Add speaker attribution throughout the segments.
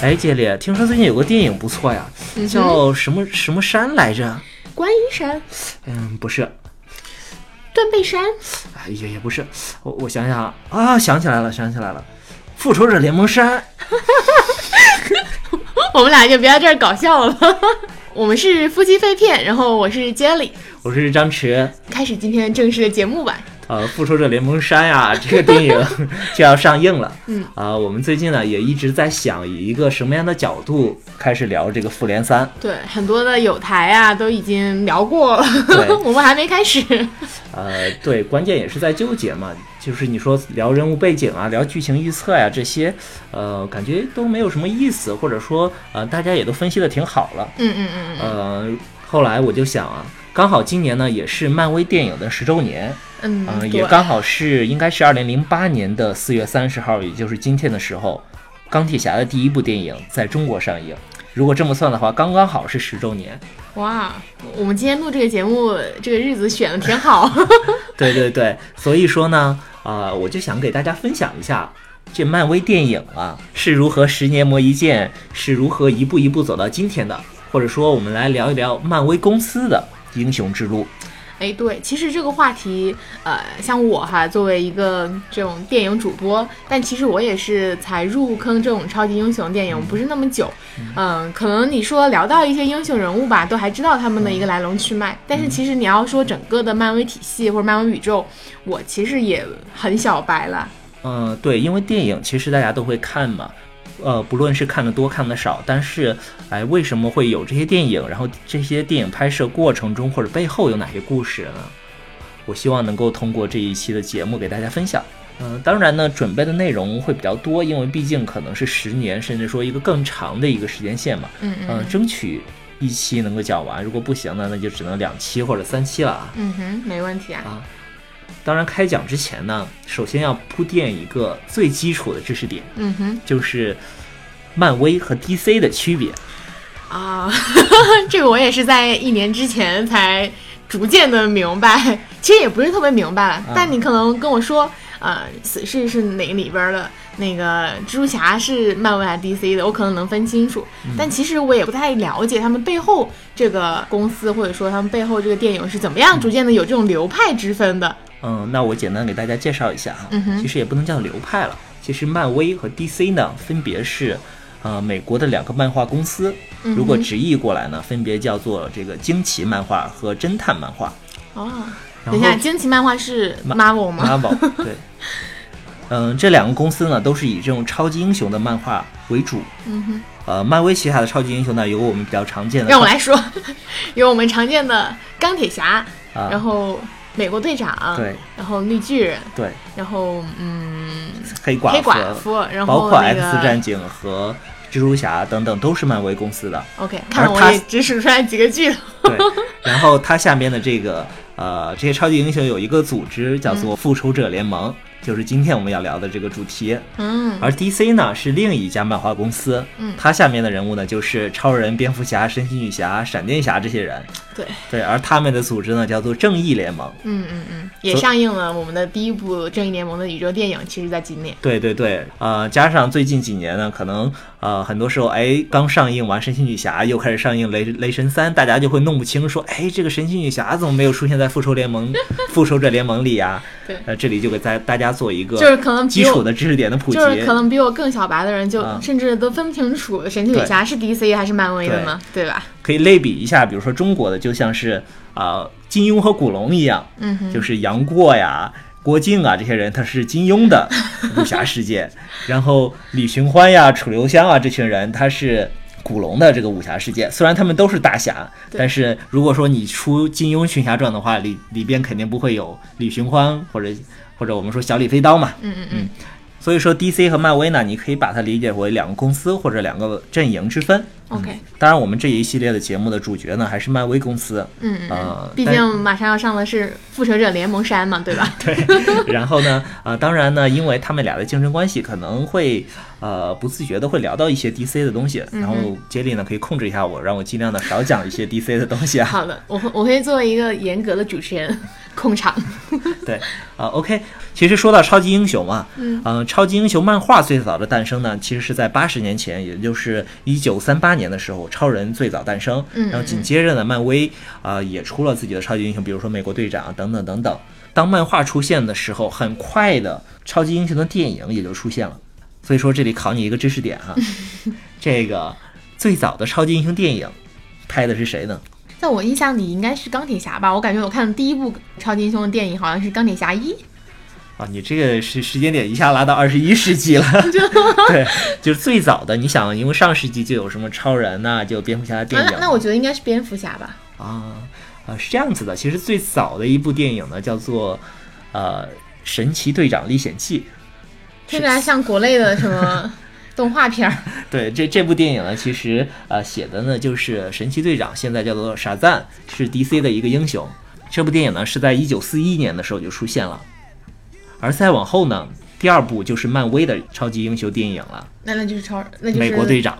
Speaker 1: 哎，杰里，听说最近有个电影不错呀，叫什么什么山来着？
Speaker 2: 观音山、
Speaker 1: 嗯，不是，
Speaker 2: 断背山，
Speaker 1: 哎，也也不是，我我想想啊，啊，想起来了，想起来了，《复仇者联盟三》。
Speaker 2: 我们俩就别在这儿搞笑了 吧。我们是夫妻肺片，然后我是 Jelly。
Speaker 1: 我是张弛，
Speaker 2: 开始今天正式的节目吧。
Speaker 1: 呃，《复仇者联盟三》呀，这个电影 就要上映了。
Speaker 2: 嗯，
Speaker 1: 啊、我们最近呢也一直在想以一个什么样的角度开始聊这个《复联三》。
Speaker 2: 对，很多的友台啊都已经聊过了
Speaker 1: 对，
Speaker 2: 我们还没 开始。嗯
Speaker 1: 呃，对，关键也是在纠结嘛，就是你说聊人物背景啊，聊剧情预测呀、这些，呃，感觉都没有什么意思，或者说，呃，大家也都分析的挺好了。
Speaker 2: 嗯嗯嗯嗯
Speaker 1: 呃，后来我就想啊，刚好今年呢也是漫威电影的十周年，
Speaker 2: 嗯，
Speaker 1: 呃，
Speaker 2: 对
Speaker 1: 也刚好是应该是二零零八年的四月三十号，也就是今天的时候，钢铁侠的第一部电影在中国上映。如果这么算的话，刚刚好是十周年。
Speaker 2: 哇，我们今天录这个节目，这个日子选的挺好。
Speaker 1: 对对对，所以说呢，啊、我就想给大家分享一下这漫威电影啊是如何十年磨一剑，是如何一步一步走到今天的，或者说我们来聊一聊漫威公司的英雄之路。
Speaker 2: 哎，对，其实这个话题，呃，像我哈，作为一个这种电影主播，但其实我也是才入坑这种超级英雄电影不是那么久，嗯、可能你说聊到一些英雄人物吧，都还知道他们的一个来龙去脉，但是其实你要说整个的漫威体系或者漫威宇宙，我其实也很小白了。
Speaker 1: 嗯、对，因为电影其实大家都会看嘛。呃，不论是看的多看的少，但是，哎，为什么会有这些电影？然后这些电影拍摄过程中或者背后有哪些故事呢？我希望能够通过这一期的节目给大家分享。嗯、当然呢，准备的内容会比较多，因为毕竟可能是十年，甚至说一个更长的一个时间线嘛。
Speaker 2: 嗯
Speaker 1: 嗯、
Speaker 2: 嗯
Speaker 1: 争取一期能够讲完，如果不行呢，那就只能两期或者三期了啊。
Speaker 2: 嗯哼，没问题啊。
Speaker 1: 啊。当然，开讲之前呢，首先要铺垫一个最基础的知识点，
Speaker 2: 嗯哼
Speaker 1: 就是漫威和 DC 的区别。
Speaker 2: 啊， 这个我也是在一年之前才逐渐的明白，其实也不是特别明白
Speaker 1: 啊
Speaker 2: 了。但你可能跟我说，呃，死侍是哪个里边儿的？那个蜘蛛侠是漫威还是 DC 的？我可能能分清楚，
Speaker 1: 嗯
Speaker 2: 但其实我也不太了解他们背后这个公司，或者说他们背后这个电影是怎么样逐渐的有这种流派之分的。
Speaker 1: 嗯，那我简单给大家介绍一下啊，
Speaker 2: 嗯哼
Speaker 1: 其实也不能叫流派了，其实漫威和 DC 呢，分别是。呃，美国的两个漫画公司，
Speaker 2: 嗯哼
Speaker 1: 如果直译过来呢，分别叫做这个惊奇漫画和侦探漫画。
Speaker 2: 哦，
Speaker 1: 然
Speaker 2: 等
Speaker 1: 后
Speaker 2: 一下，惊奇漫画是 Marvel 吗？
Speaker 1: Marvel 对，嗯，这两个公司呢都是以这种超级英雄的漫画为主。
Speaker 2: 嗯哼，
Speaker 1: 呃，漫威旗下的超级英雄呢有我们比较常见的，
Speaker 2: 让我来说， 有我们常见的钢铁侠，
Speaker 1: 啊，
Speaker 2: 然后美国队长，
Speaker 1: 对
Speaker 2: 然后绿巨人，
Speaker 1: 对，
Speaker 2: 然后嗯，
Speaker 1: 黑寡
Speaker 2: 黑寡妇，然
Speaker 1: 包
Speaker 2: 后
Speaker 1: 括
Speaker 2: 那
Speaker 1: X 战
Speaker 2: 个
Speaker 1: 警和蜘蛛侠等等都是漫威公司 的。
Speaker 2: OK，看我
Speaker 1: 他
Speaker 2: 也只数出来几个剧 了。
Speaker 1: 对，然后它下面的这个呃这些超级英雄有一个组织叫
Speaker 2: 嗯
Speaker 1: 做复仇者联盟，就是今天我们要聊的这个主题。
Speaker 2: 嗯
Speaker 1: 而 DC 呢是另一家漫画公司，
Speaker 2: 嗯
Speaker 1: 它下面的人物呢就是超人、蝙蝠侠、神奇女侠、闪电侠这些人，
Speaker 2: 对，
Speaker 1: 对，而他们的组织呢叫做正义联盟，
Speaker 2: 嗯嗯嗯，也
Speaker 1: 所
Speaker 2: 上映了我们的第一部《正义联盟》的宇宙电影，其实在今年。
Speaker 1: 对对对，呃，加上最近几年呢，可能呃很多时候，哎，刚上映完《神奇女侠》，又开始上映雷《雷神三》，大家就会弄不清说，哎，这个神奇女侠怎么没有出现在复仇联盟、复仇者联盟里呀、
Speaker 2: 对
Speaker 1: 呃，这里就给大大家做一
Speaker 2: 就
Speaker 1: 个
Speaker 2: 是可能
Speaker 1: 基
Speaker 2: 比
Speaker 1: 础
Speaker 2: 我，
Speaker 1: 的知识点的普及。
Speaker 2: 就是可能比我更小白的人，就
Speaker 1: 啊
Speaker 2: 甚至都分不清楚神奇女侠是 DC 还是漫威的呢，对吧？
Speaker 1: 可以类比一下，比如说中国的，就像是啊、金庸和古龙一样，
Speaker 2: 嗯哼，
Speaker 1: 就是杨过呀、郭靖啊这些人，他是金庸 的武侠世界；然后李寻欢呀、楚留香啊这群人，他是古龙的这个武侠世界。虽然他们都是大侠，
Speaker 2: 对
Speaker 1: 但是如果说你出金庸《群侠传》的话，里里边肯定不会有李寻欢或者或者我们说小李飞刀嘛。
Speaker 2: 嗯嗯嗯，
Speaker 1: 所以说，DC 和漫威呢，你可以把它理解为两个公司或者两个阵营之分。
Speaker 2: OK
Speaker 1: 当然，我们这一系列的节目的主角呢，还是漫威公司。
Speaker 2: 嗯嗯嗯
Speaker 1: 呃，
Speaker 2: 毕
Speaker 1: 但
Speaker 2: 竟马上要上的是复仇者联盟三嘛，对吧？
Speaker 1: 然后呢， 呃，当然呢，因为他们俩的竞争关系，可能会呃不自觉的会聊到一些 DC 的东西。
Speaker 2: 嗯
Speaker 1: 然后杰里呢可以控制一下我，让我尽量的少讲一些 DC 的东西啊。
Speaker 2: 好的，我会我会作为一个严格的主持人，控场。
Speaker 1: 对啊、o k 其实说到超级英雄啊，
Speaker 2: 嗯
Speaker 1: 呃超级英雄漫画最早的诞生呢，其实是在八十年前，也就是一九三八年的时候，超人最早诞生。
Speaker 2: 嗯
Speaker 1: 然后紧接着呢，漫威啊、呃也出了自己的超级英雄，比如说美国队长等等等等。当漫画出现的时候，很快的超级英雄的电影也就出现了。所以说这里考你一个知识点 哈，这个最早的超级英雄电影拍的是谁呢？
Speaker 2: 在我印象里应该是钢铁侠吧，我感觉我看的第一部超级英雄的电影好像是钢铁侠一。
Speaker 1: 啊，你这个时时间点一下拉到二十一世 纪了，对，就是最早的。你想，因为上世纪就有什么超人呐、就有蝙蝠侠的电
Speaker 2: 啊
Speaker 1: 影
Speaker 2: 那那我觉得应该是蝙蝠侠吧。
Speaker 1: 啊啊是这样子的。其实最早的一部电影呢，叫做呃《神奇队长历险记》。
Speaker 2: 听起来像国内的什么动画片儿。
Speaker 1: 对，这这部电影呢，其实呃写的呢就是神奇队长，现在叫做傻赞，是 DC 的一个英雄。这部电影呢是在一九四一年的时候就出现了，而再往后呢，第二部就是漫威的超级英雄电影了，
Speaker 2: 那那就是超，那就
Speaker 1: 美
Speaker 2: 是
Speaker 1: 国队长。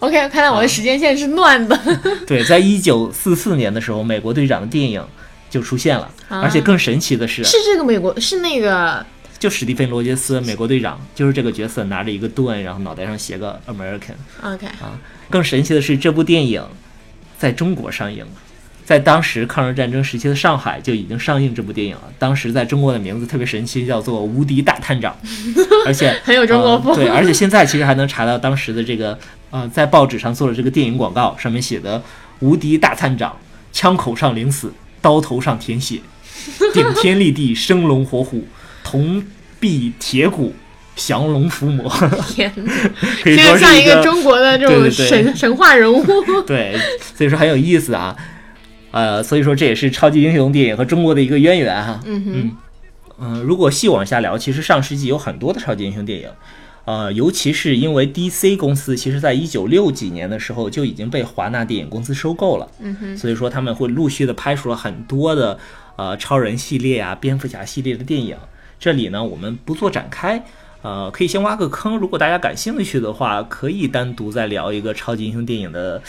Speaker 2: OK，看来我的时间线是乱的。
Speaker 1: 对，在一九四四年的时候，美国队长的电影就出现了，
Speaker 2: 啊
Speaker 1: 而且更神奇的是，
Speaker 2: 是这个美国，是那个
Speaker 1: 就史蒂芬·罗杰斯，美国队长就是这个角色，拿着一个盾，然后脑袋上写个 American。
Speaker 2: OK，
Speaker 1: 啊更神奇的是，这部电影在中国上映了。在当时抗日战争时期的上海就已经上映这部电影了。当时在中国的名字特别神奇，叫做《无敌大探长》，而且
Speaker 2: 很有中国风
Speaker 1: 呃对，而且现在其实还能查到当时的这个呃，在报纸上做的这个电影广告，上面写的“无敌大探长，枪口上领死，刀头上舔血，顶天立地，生龙活虎，铜臂铁骨，降龙伏魔”，
Speaker 2: 天，
Speaker 1: 可以
Speaker 2: 听
Speaker 1: 说
Speaker 2: 着像
Speaker 1: 是
Speaker 2: 一个中国的这种
Speaker 1: 对对对
Speaker 2: 神 神话人物。
Speaker 1: 对，所以说很有意思啊。呃，所以说这也是超级英雄电影和中国的一个渊源哈、
Speaker 2: 嗯哼，
Speaker 1: 嗯嗯、如果细往下聊，其实上世纪有很多的超级英雄电影，呃，尤其是因为 DC 公司其实在一九六几年的时候就已经被华纳电影公司收购了，
Speaker 2: 嗯哼，
Speaker 1: 所以说他们会陆续的拍出了很多的呃超人系列啊、蝙蝠侠系列的电影。这里呢，我们不做展开，呃，可以先挖个坑。如果大家感兴趣的话，可以单独再聊一个超级英雄电影的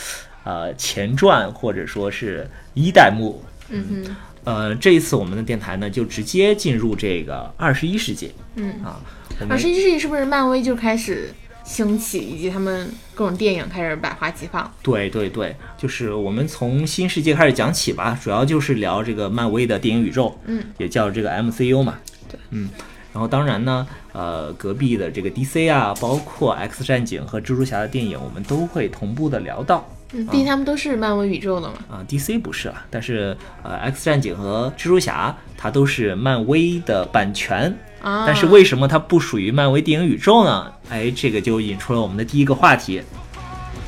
Speaker 1: 呃前传，或者说是一代目。
Speaker 2: 嗯哼，
Speaker 1: 呃，这一次我们的电台呢，就直接进入这个二十一世纪。
Speaker 2: 嗯
Speaker 1: 啊，我
Speaker 2: 二
Speaker 1: 们
Speaker 2: 十一世纪是不是漫威就开始兴起，以及他们各种电影开始百花齐放？
Speaker 1: 对对对，就是我们从新世界开始讲起吧，主要就是聊这个漫威的电影宇宙，
Speaker 2: 嗯，
Speaker 1: 也叫这个 MCU 嘛，
Speaker 2: 对，
Speaker 1: 嗯，然后当然呢，呃，隔壁的这个 DC 啊，包括 X 战警和蜘蛛侠的电影，我们都会同步的聊到
Speaker 2: 嗯，毕竟他们都是漫威宇宙的嘛。
Speaker 1: 啊、d c 不是了，但是呃，X 战警和蜘蛛侠它都是漫威的版权，
Speaker 2: 啊，
Speaker 1: 但是为什么它不属于漫威电影宇宙呢？哎，这个就引出了我们的第一个话题，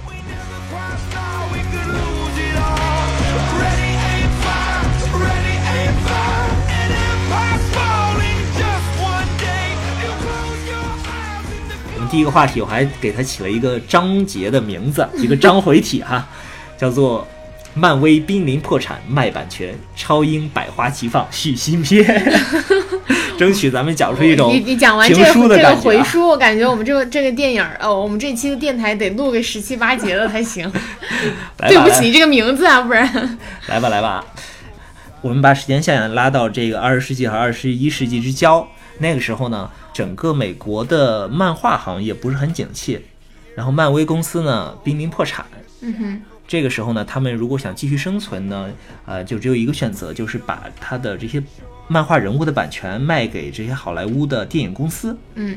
Speaker 3: We never crossed all, we could lose it all. Ready, aim, fire, ready, aim, fire. An empire's falling just one day. You close your eyes in the
Speaker 1: 我们第一个话题我还给它起了一个章节的名 字，一个章回体哈，叫做“漫威濒临破产卖版权，超英百花齐放续新篇”， 争取咱们讲出一种
Speaker 2: 你你讲完这
Speaker 1: 评
Speaker 2: 个
Speaker 1: 书的
Speaker 2: 这个
Speaker 1: 感觉、
Speaker 2: 回
Speaker 1: 啊。
Speaker 2: 书，我感觉我们这个这个电影儿，哦，我们这期的电台得录个十七八节的才行。
Speaker 1: 哎来
Speaker 2: 对
Speaker 1: 吧
Speaker 2: 不起，你这个名字啊，不然
Speaker 1: 来吧，来吧，我们把时间线拉到这个二十世纪和二十一世纪之交。那个时候呢，整个美国的漫画行业不是很景气，然后漫威公司呢濒临破产。
Speaker 2: 嗯哼，
Speaker 1: 这个时候呢，他们如果想继续生存呢，呃，就只有一个选择，就是把他的这些漫画人物的版权卖给这些好莱坞的电影公司。
Speaker 2: 嗯，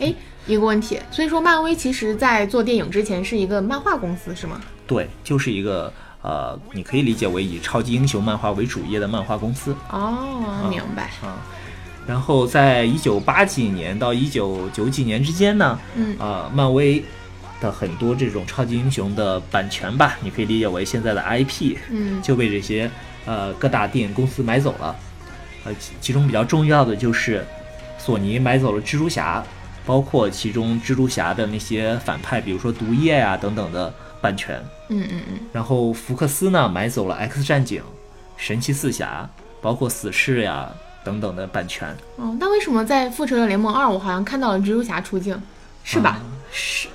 Speaker 2: 哎，一个问题，所以说漫威其实在做电影之前是一个漫画公司是吗？
Speaker 1: 对，就是一个呃，你可以理解为以超级英雄漫画为主业的漫画公司。
Speaker 2: 哦，明白。
Speaker 1: 然后在一九八几年到一九九几年之间呢，
Speaker 2: 嗯
Speaker 1: 呃，漫威的很多这种超级英雄的版权吧，你可以理解为现在的 IP，
Speaker 2: 嗯
Speaker 1: 就被这些呃各大电影公司买走了。呃，其其中比较重要的就是索尼买走了蜘蛛侠，包括其中蜘蛛侠的那些反派，比如说毒液啊等等的版权。
Speaker 2: 嗯嗯嗯，
Speaker 1: 然后福克斯呢买走了 X 战警、神奇四侠，包括死侍呀、等等的版权。
Speaker 2: 哦，那为什么在《复仇者联盟二》我好像看到了蜘蛛侠出镜，是吧？
Speaker 1: 是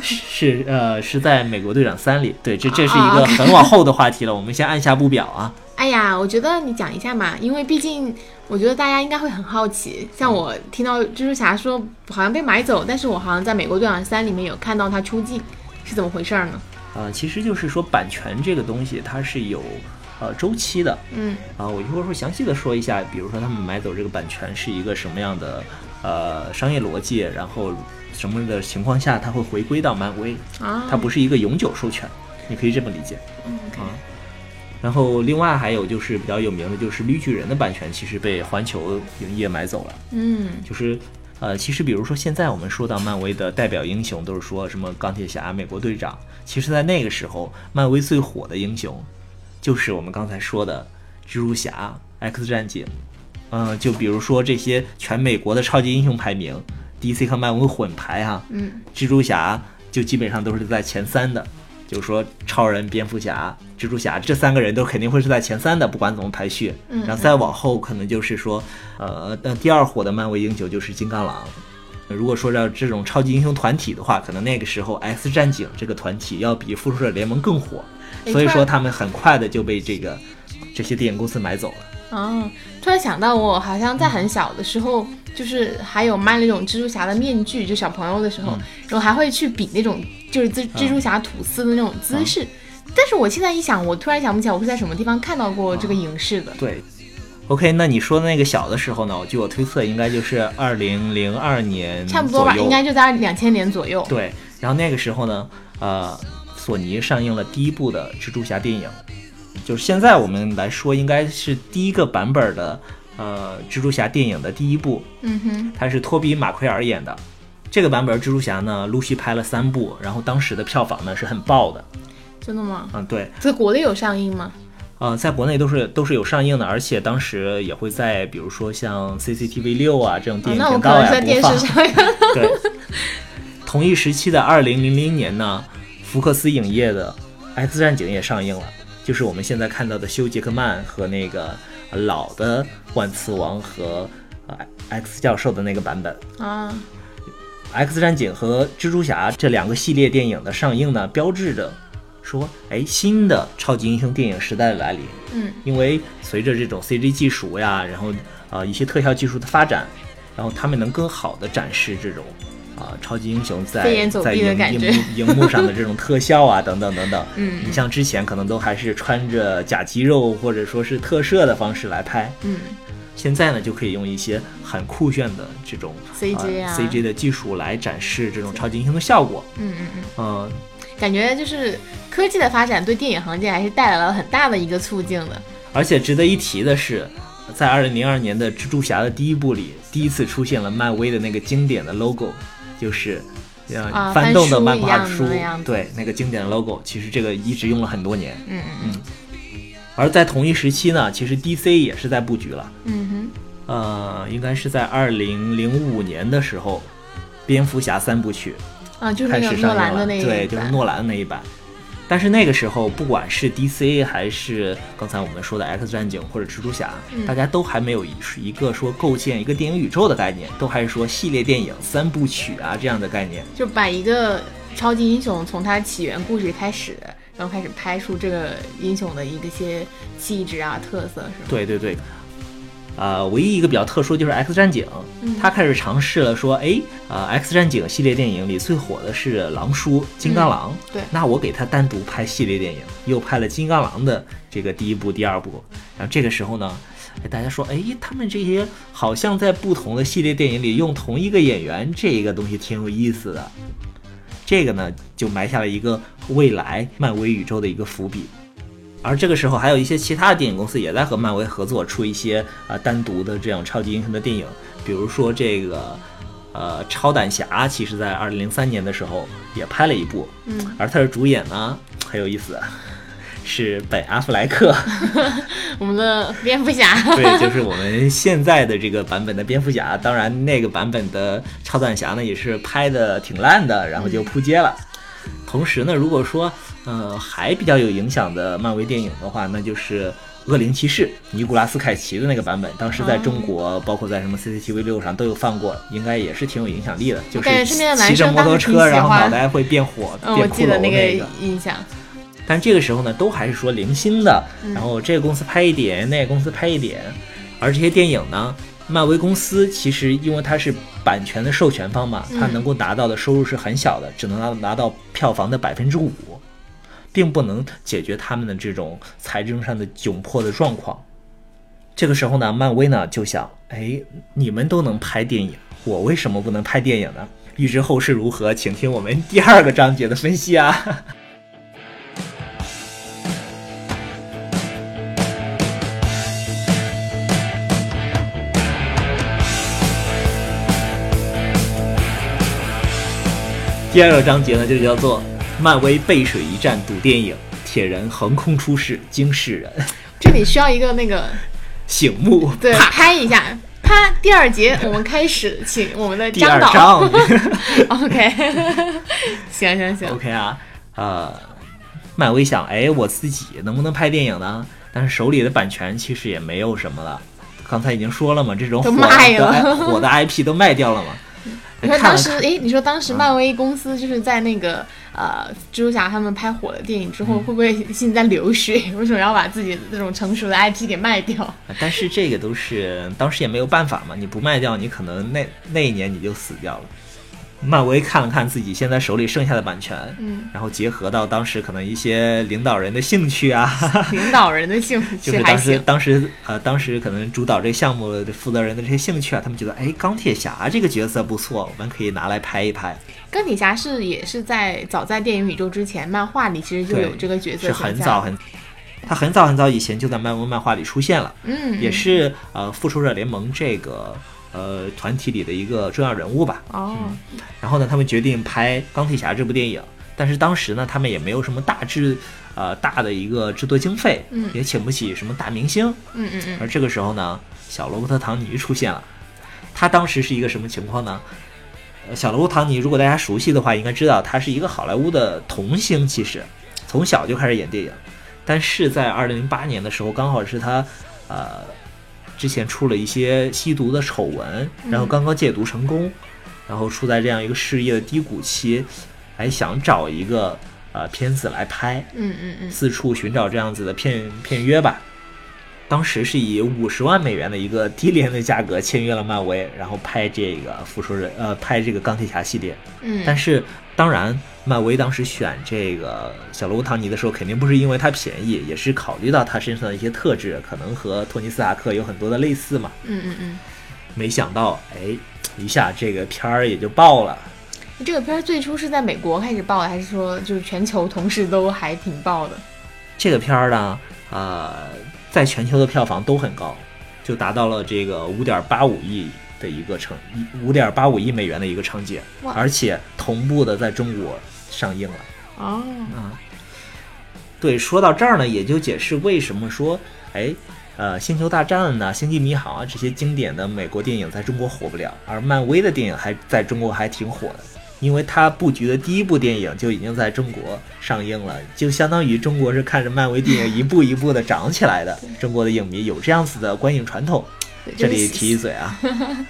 Speaker 1: 是呃是在美国队长三里，对，这这是一
Speaker 2: 啊
Speaker 1: 个很往后的话题了，我们先按下不表啊。
Speaker 2: 哎哎呀，我觉得你讲一下嘛，因为毕竟我觉得大家应该会很好奇。像我听到蜘蛛侠说好像被买走，但是我好像在《美国队长三》里面有看到他出镜，是怎么回事儿呢？
Speaker 1: 呃，其实就是说版权这个东西它是有呃周期的
Speaker 2: 嗯
Speaker 1: 啊、我一会儿会详细的说一下，比如说他们买走这个版权是一个什么样的呃商业逻辑，然后什么的情况下它会回归到漫威，
Speaker 2: 啊，
Speaker 1: 它不是一个永久授权，你可以这么理解。
Speaker 2: 嗯，OK
Speaker 1: 啊然后另外还有就是比较有名的就是绿巨人的版权其实被环球影业买走了，
Speaker 2: 嗯
Speaker 1: 就是。呃，其实比如说现在我们说到漫威的代表英雄，都是说什么钢铁侠、美国队长。其实，在那个时候，漫威最火的英雄，就是我们刚才说的蜘蛛侠、X 战警。嗯、就比如说这些全美国的超级英雄排名，DC 和漫威混排啊哈、
Speaker 2: 嗯
Speaker 1: 蜘蛛侠就基本上都是在前三的，就是说超人、蝙蝠侠、蜘蛛侠这三个人都肯定会是在前三的，不管怎么排序。
Speaker 2: 嗯
Speaker 1: 然后再往后可能就是说，呃，那第二火的漫威英雄就是金刚狼。如果说到这种超级英雄团体的话，可能那个时候 X 战警这个团体要比复仇者联盟更火，
Speaker 2: 哎
Speaker 1: 所以
Speaker 2: 突
Speaker 1: 说
Speaker 2: 然
Speaker 1: 他们很快的就被这个这些电影公司买走了。
Speaker 2: 哦，突然想到，我好像在很小的时候，就是还有卖那种蜘蛛侠的面具，就小朋友的时候，然后还会去比那种就是蜘蜘蛛侠吐丝的那种姿势。但是我现在一想，我突然想不起来我是在什么地方看到过这个影视的。
Speaker 1: 对，OK，那你说的那个小的时候呢？我据我推测，应该就是二零零二年
Speaker 2: 差不多
Speaker 1: 嗯
Speaker 2: 吧，
Speaker 1: 左右
Speaker 2: 应该就在两千年左右。
Speaker 1: 对，然后那个时候呢，呃，索尼上映了第一部的蜘蛛侠电影，就是现在我们来说，应该是第一个版本的呃蜘蛛侠电影的第一部，
Speaker 2: 嗯哼，
Speaker 1: 它是托比·马奎尔演的。这个版本蜘蛛侠呢，陆续拍了三部，然后当时的票房呢是很爆的，
Speaker 2: 真的吗？
Speaker 1: 嗯，对，
Speaker 2: 在国内有上映吗？
Speaker 1: 呃，在国内都是都是有上映的，而且当时也会在比如说像 CCTV 六啊这种
Speaker 2: 啊
Speaker 1: 电，影
Speaker 2: 那我
Speaker 1: 频
Speaker 2: 可
Speaker 1: 道
Speaker 2: 能
Speaker 1: 呀、
Speaker 2: 是在
Speaker 1: 播
Speaker 2: 电
Speaker 1: 放
Speaker 2: 视。上看。
Speaker 1: 对，同一时期的二零零零年呢，福克斯影业的《X 战警》也上映了，就是我们现在看到的休·杰克曼和那个呃老的万磁王和呃 X 教授的那个版本。
Speaker 2: 啊，
Speaker 1: 《X 战警》和《蜘蛛侠》这两个系列电影的上映呢，标志着说，哎，新的超级英雄电影时代的来临。
Speaker 2: 嗯，
Speaker 1: 因为随着这种 CG 技术呀，然后呃一些特效技术的发展，然后他们能更好的展示这种啊、超级英雄在
Speaker 2: 飞檐走壁
Speaker 1: 在
Speaker 2: 的
Speaker 1: 荧
Speaker 2: 感
Speaker 1: 荧
Speaker 2: 觉
Speaker 1: 幕荧幕上的这种特效啊，等等等等。
Speaker 2: 嗯
Speaker 1: 你像之前可能都还是穿着假肌肉或者说是特摄的方式来拍，
Speaker 2: 嗯，
Speaker 1: 现在呢就可以用一些很酷炫的这种
Speaker 2: CG 啊
Speaker 1: 呃 CG 的技术来展示这种超级英雄的效果。
Speaker 2: 嗯嗯嗯，
Speaker 1: 嗯、
Speaker 2: 感觉就是科技的发展对电影行业还是带来了很大的一个促进的。
Speaker 1: 而且值得一提的是，在2002年的蜘蛛侠的第一部里，第一次出现了漫威的那个经典的 logo，就是。
Speaker 2: 啊
Speaker 1: 呃，翻动的漫画
Speaker 2: 翻书一样的那样子
Speaker 1: 对那个经典的 logo，其实这个一直用了很多年。
Speaker 2: 嗯嗯嗯
Speaker 1: 而在同一时期呢，其实 DC 也是在布局了。
Speaker 2: 嗯哼。
Speaker 1: 呃，应该是在2005年的时候，蝙蝠侠三部曲
Speaker 2: 啊，就是
Speaker 1: 开
Speaker 2: 那
Speaker 1: 始
Speaker 2: 个
Speaker 1: 上
Speaker 2: 诺
Speaker 1: 映
Speaker 2: 兰
Speaker 1: 了，
Speaker 2: 的那一
Speaker 1: 对，就是
Speaker 2: 版
Speaker 1: 诺兰的那一版。但是那个时候，不管是 DC 还是刚才我们说的 X 战警或者蜘蛛侠，
Speaker 2: 嗯
Speaker 1: 大家都还没有一一个说构建一个电影宇宙的概念，都还是说系列电影三部曲啊这样的概念。
Speaker 2: 就把一个超级英雄从他起源故事开始，然后开始拍出这个英雄的一个些气质啊、特色，是吗？
Speaker 1: 对对对，呃，唯一一个比较特殊就是 X 战警，
Speaker 2: 嗯
Speaker 1: 他开始尝试了说，哎，呃，X 战警系列电影里最火的是狼叔金刚狼，
Speaker 2: 嗯对
Speaker 1: 那我给他单独拍系列电影，又拍了金刚狼的这个第一部、第二部，然后这个时候呢。哎大家说，哎，他们这些好像在不同的系列电影里用同一个演员，这个东西挺有意思的。这个呢，就埋下了一个未来漫威宇宙的一个伏笔。而这个时候，还有一些其他的电影公司也在和漫威合作，出一些啊、呃单独的这种超级英雄的电影，比如说这个呃超胆侠，其实在二零零三年的时候也拍了一部，
Speaker 2: 嗯，
Speaker 1: 而他的主演呢很有意思，是本阿弗莱克，
Speaker 2: 我们的蝙蝠侠，
Speaker 1: 对，就是我们现在的这个版本的蝙蝠侠。当然，那个版本的超短侠呢也是拍的挺烂的，然后就扑街了。同时呢，如果说呃还比较有影响的漫威电影的话，那就是。恶灵骑士，尼古拉斯凯奇的那个版本，当时在中国，
Speaker 2: 哦
Speaker 1: 包括在什么 CCTV 六上都有放过，应该也是挺有影响力的。就
Speaker 2: 感觉
Speaker 1: 是
Speaker 2: 身边的男
Speaker 1: 骑着
Speaker 2: 生
Speaker 1: 摩托
Speaker 2: 当时挺
Speaker 1: 车，
Speaker 2: 喜
Speaker 1: 然后
Speaker 2: 欢
Speaker 1: 脑袋会变火、
Speaker 2: 嗯，我
Speaker 1: 变
Speaker 2: 记
Speaker 1: 骷
Speaker 2: 得
Speaker 1: 髅
Speaker 2: 那
Speaker 1: 那
Speaker 2: 印象。
Speaker 1: 但这个时候呢，都还是说零星的，然后这个公司拍一点，那个公司拍一点，而这些电影呢，漫威公司其实因为它是版权的授权方嘛，它能够拿到的收入是很小的，只能拿拿到票房的百分之五，并不能解决他们的这种财政上的窘迫的状况。这个时候呢，漫威呢就想，哎，你们都能拍电影，我为什么不能拍电影呢？预知后事如何，请听我们第二个章节的分析啊。第二个章节呢，就叫做“漫威背水一战赌电影，铁人横空出世惊世人，
Speaker 2: 这里需要一个那个
Speaker 1: 醒目
Speaker 2: 对拍一下，啪！第 二节我们开始，请我们的
Speaker 1: 第二
Speaker 2: 张导。
Speaker 1: 章”
Speaker 2: OK，行行行，
Speaker 1: OK 啊，呃，漫威想，哎，我自己能不能拍电影呢？但是手里的版权其实也没有什么了。刚才已经说了嘛，这种火
Speaker 2: 都
Speaker 1: 的
Speaker 2: 卖了
Speaker 1: 火的 IP 都卖掉了嘛。
Speaker 2: 你说
Speaker 1: 看
Speaker 2: 当
Speaker 1: 了
Speaker 2: 时，
Speaker 1: 看嗯
Speaker 2: 哎，你说当时漫威公司就是在那个呃蜘蛛侠他们拍火的电影之后，
Speaker 1: 嗯
Speaker 2: 会不会心里在流血？ 为什么要把自己这种成熟的 IP 给 卖掉？
Speaker 1: 但是这个都是当时也没有办法嘛，你不卖掉，你可能那那一年你就死掉了。漫威看了看自己现在手里剩下的版权，
Speaker 2: 嗯，
Speaker 1: 然后结合到当时可能一些领导人的兴趣啊，
Speaker 2: 领导人的兴
Speaker 1: 就
Speaker 2: 趣
Speaker 1: 是
Speaker 2: 还
Speaker 1: 当时
Speaker 2: 行，
Speaker 1: 当时呃当时可能主导这个项目的负责人的这些兴趣啊，他们觉得哎钢铁侠这个角色不错，我们可以拿来拍一拍，
Speaker 2: 钢铁侠是也是在早在电影宇宙之前，漫画里其实就
Speaker 1: 对
Speaker 2: 有这个角色
Speaker 1: 是很
Speaker 2: 存在
Speaker 1: 早，很，他很早很早以前就在漫威漫画里出现了，
Speaker 2: 嗯，
Speaker 1: 也是呃复仇者联盟这个呃团体里的一个重要人物吧。
Speaker 2: 哦，
Speaker 1: 然后呢，他们决定拍《钢铁侠》这部电影，但是当时呢，他们也没有什么大制呃大的一个制作经费，
Speaker 2: 嗯
Speaker 1: 也请不起什么大明星，
Speaker 2: 嗯嗯嗯，
Speaker 1: 而这个时候呢，小罗伯特·唐尼出现了。他当时是一个什么情况呢？呃小罗伯特·唐尼，如果大家熟悉的话，应该知道他是一个好莱坞的童星，其实从小就开始演电影。但是在2008年的时候，刚好是他呃之前出了一些吸毒的丑闻，然后刚刚戒毒成功，然后处在这样一个事业的低谷期，还想找一个呃片子来拍。
Speaker 2: 嗯嗯嗯，
Speaker 1: 四处寻找这样子的片片约吧。当时是以五十万美元的一个低廉的价格签约了漫威，然后拍这个复仇者呃拍这个钢铁侠系列。
Speaker 2: 嗯，
Speaker 1: 但是当然，漫威当时选这个小罗伯特唐尼的时候，肯定不是因为他便宜，也是考虑到他身上的一些特质，可能和托尼斯塔克有很多的类似嘛。
Speaker 2: 嗯嗯
Speaker 1: 没想到，哎，一下这个片儿也就爆了。
Speaker 2: 嗯，这个片儿最初是在美国开始爆的，还是说就是全球同时都还挺爆的？
Speaker 1: 这个片儿呢，呃，在全球的票房都很高，就达到了这个五点八五亿的一个成五点八五亿美元的一个成绩
Speaker 2: 哇，
Speaker 1: 而且同步的在中国上映了。
Speaker 2: 哦，
Speaker 1: 对，说到这儿呢，也就解释为什么说，哎，呃，《星球大战》呐，《星际迷航》啊这些经典的美国电影在中国火不了，而漫威的电影还在中国还挺火的，因为它布局的第一部电影就已经在中国上映了，就相当于中国是看着漫威电影一步一步的长起来的，中国的影迷有这样子的观影传统。
Speaker 2: 对
Speaker 1: 这里
Speaker 2: 就是
Speaker 1: 提一嘴啊。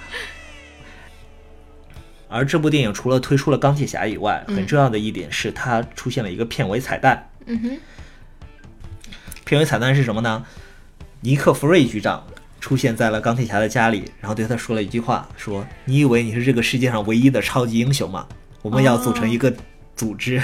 Speaker 1: 而这部电影除了推出了钢铁侠以外，很重要的一点是它出现了一个片尾彩蛋。
Speaker 2: 嗯哼，
Speaker 1: 片尾彩蛋是什么呢？尼克·弗瑞局长出现在了钢铁侠的家里，然后对他说了一句话：“说你以为你是这个世界上唯一的超级英雄吗？我们要组成一个组
Speaker 2: 哦
Speaker 1: 织。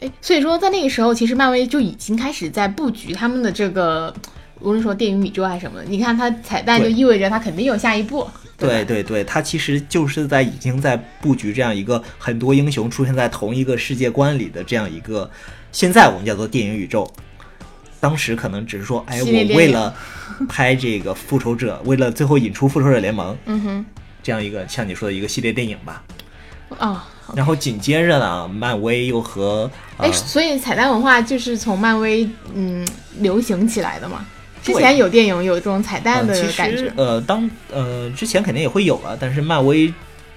Speaker 2: 哎，所以说在那个时候，其实漫威就已经开始在布局他们的这个，无论说电影宇宙还啊是什么，你看它彩蛋就
Speaker 1: 对
Speaker 2: 意味着它肯定有下一步。
Speaker 1: 对
Speaker 2: 吧，
Speaker 1: 对对，他其实就是在已经在布局这样一个很多英雄出现在同一个世界观里的这样一个，现在我们叫做电影宇宙。当时可能只是说，哎，
Speaker 2: 系列
Speaker 1: 我
Speaker 2: 电
Speaker 1: 为
Speaker 2: 影
Speaker 1: 了拍这个复仇者，为了最后引出复仇者联盟
Speaker 2: 嗯哼，
Speaker 1: 这样一个像你说的一个系列电影吧。
Speaker 2: 哦，
Speaker 1: 然后紧接着呢，漫威又和
Speaker 2: 哎、
Speaker 1: 呃
Speaker 2: 所以彩蛋文化就是从漫威嗯流行起来的嘛。之
Speaker 1: 对
Speaker 2: 前有电影有这种彩蛋
Speaker 1: 呃
Speaker 2: 的
Speaker 1: 其
Speaker 2: 感
Speaker 1: 实
Speaker 2: 觉，
Speaker 1: 呃当呃之前肯定也会有啊，但是漫威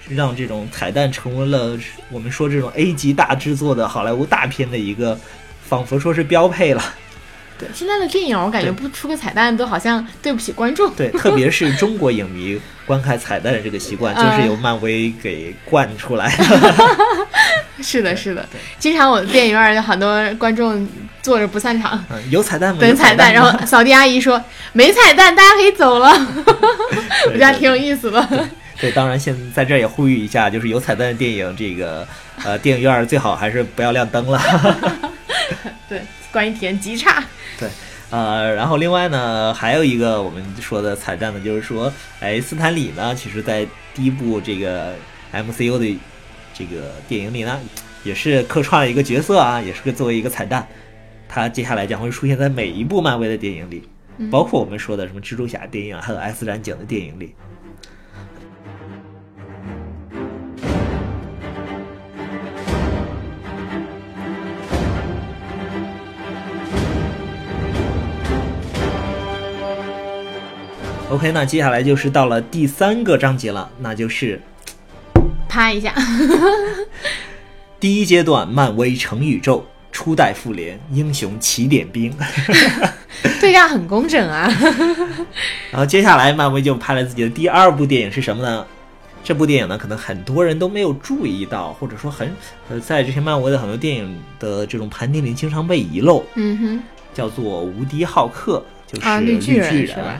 Speaker 1: 让这种彩蛋成为了我们说这种 A 级大制作的好莱坞大片的一个，仿佛说是标配了。
Speaker 2: 对，现在的电影我感觉
Speaker 1: 对
Speaker 2: 不出个彩蛋都好像对不起观众。
Speaker 1: 对，特别是中国影迷观看彩蛋的这个习 惯，
Speaker 2: 嗯
Speaker 1: 就是由漫威给惯出来的。
Speaker 2: 是的，是的，经常我的电影院有很多观众坐着不散 场，
Speaker 1: 嗯，有彩蛋吗？有
Speaker 2: 等彩蛋，然
Speaker 1: 吗
Speaker 2: 后扫地阿姨 说没彩蛋，大家可以走了，我
Speaker 1: 对
Speaker 2: 觉得还
Speaker 1: 对
Speaker 2: 挺有意思的。
Speaker 1: 对，当然现在这儿也呼吁一下，就是有彩蛋的电影，这个呃电影院儿最好还是不要亮灯了。
Speaker 2: 对，观影体验极差。
Speaker 1: 呃，然后另外呢，还有一个我们说的彩蛋呢，就是说，哎，斯坦李呢，其实在第一部这个 MCU 的这个电影里呢，也是客串了一个角色啊，也是个作为一个彩蛋，他接下来将会出现在每一部漫威的电影里，包括我们说的什么蜘蛛侠电影啊，还有 S 战警的电影里。OK，那接下来就是到了第三个章节了，那就是
Speaker 2: 啪一 下，
Speaker 1: 第一阶段漫威成宇宙。初代复联英雄起点兵，
Speaker 2: 对仗很工整啊。
Speaker 1: 然后接下来漫威就拍了自己的第二部电影是什么呢？这部电影呢，可能很多人都没有注意到，或者说很呃，在这些漫威的很多电影的这种盘点里经常被遗漏，
Speaker 2: 嗯哼，
Speaker 1: 叫做《无敌浩克》，就是
Speaker 2: 啊，
Speaker 1: 绿
Speaker 2: 绿巨
Speaker 1: 人。
Speaker 2: 人是吧？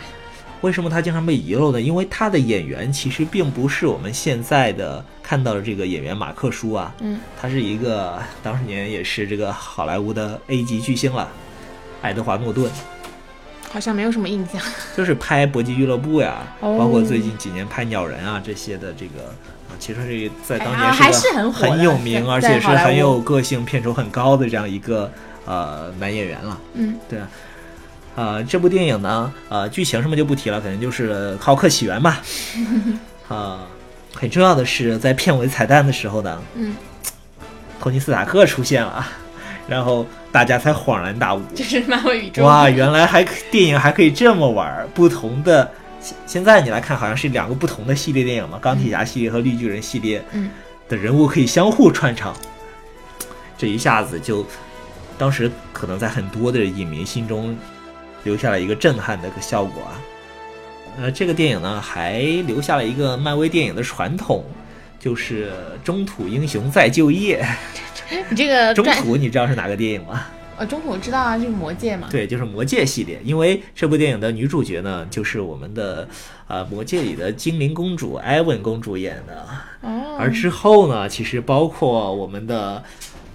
Speaker 1: 为什么他经常被遗漏呢？因为他的演员其实并不是我们现在的看到的这个演员马克舒啊，
Speaker 2: 嗯，
Speaker 1: 他是一个当时年也是这个好莱坞的 A 级巨星了，爱德华诺顿。
Speaker 2: 好像没有什么印象。
Speaker 1: 就是拍《搏击俱乐部》呀，
Speaker 2: 哦
Speaker 1: 包括最近几年拍《鸟人啊》这些的这个，啊其实是在当
Speaker 2: 哎呀
Speaker 1: 年
Speaker 2: 还
Speaker 1: 是
Speaker 2: 是
Speaker 1: 个
Speaker 2: 很火的
Speaker 1: 有名，
Speaker 2: 在
Speaker 1: 而且
Speaker 2: 在
Speaker 1: 是
Speaker 2: 好莱坞
Speaker 1: 很有个性、片酬很高的这样一个呃男演员了。
Speaker 2: 嗯，
Speaker 1: 对啊。呃，这部电影呢，呃，剧情什么就不提了，肯定就是浩克起源嘛。 呃，很重要的是，在片尾彩蛋的时候呢，
Speaker 2: 嗯，
Speaker 1: 托尼·斯塔克出现了啊，然后大家才恍然大悟，
Speaker 2: 就是漫威宇宙。
Speaker 1: 哇，原来还可电影还可以这么玩儿，不同的。现现在你来看，好像是两个不同的系列电影嘛，钢铁侠系列和绿巨人系列
Speaker 2: 嗯
Speaker 1: 的人物可以相互串场，这一下子就，当时可能在很多的影迷心中留下了一个震撼的一个效果啊。呃，这个电影呢，还留下了一个漫威电影的传统，就是中土英雄再就业。
Speaker 2: 你这个
Speaker 1: 中
Speaker 2: 转
Speaker 1: 土你知道是哪个电影吗？
Speaker 2: 呃，中土知道啊，就是魔戒嘛。
Speaker 1: 对，就是《魔戒》系列，因为这部电影的女主角呢，就是我们的呃《魔戒》里的精灵公主艾文公主演的。
Speaker 2: 哦，
Speaker 1: 而之后呢，其实包括我们的，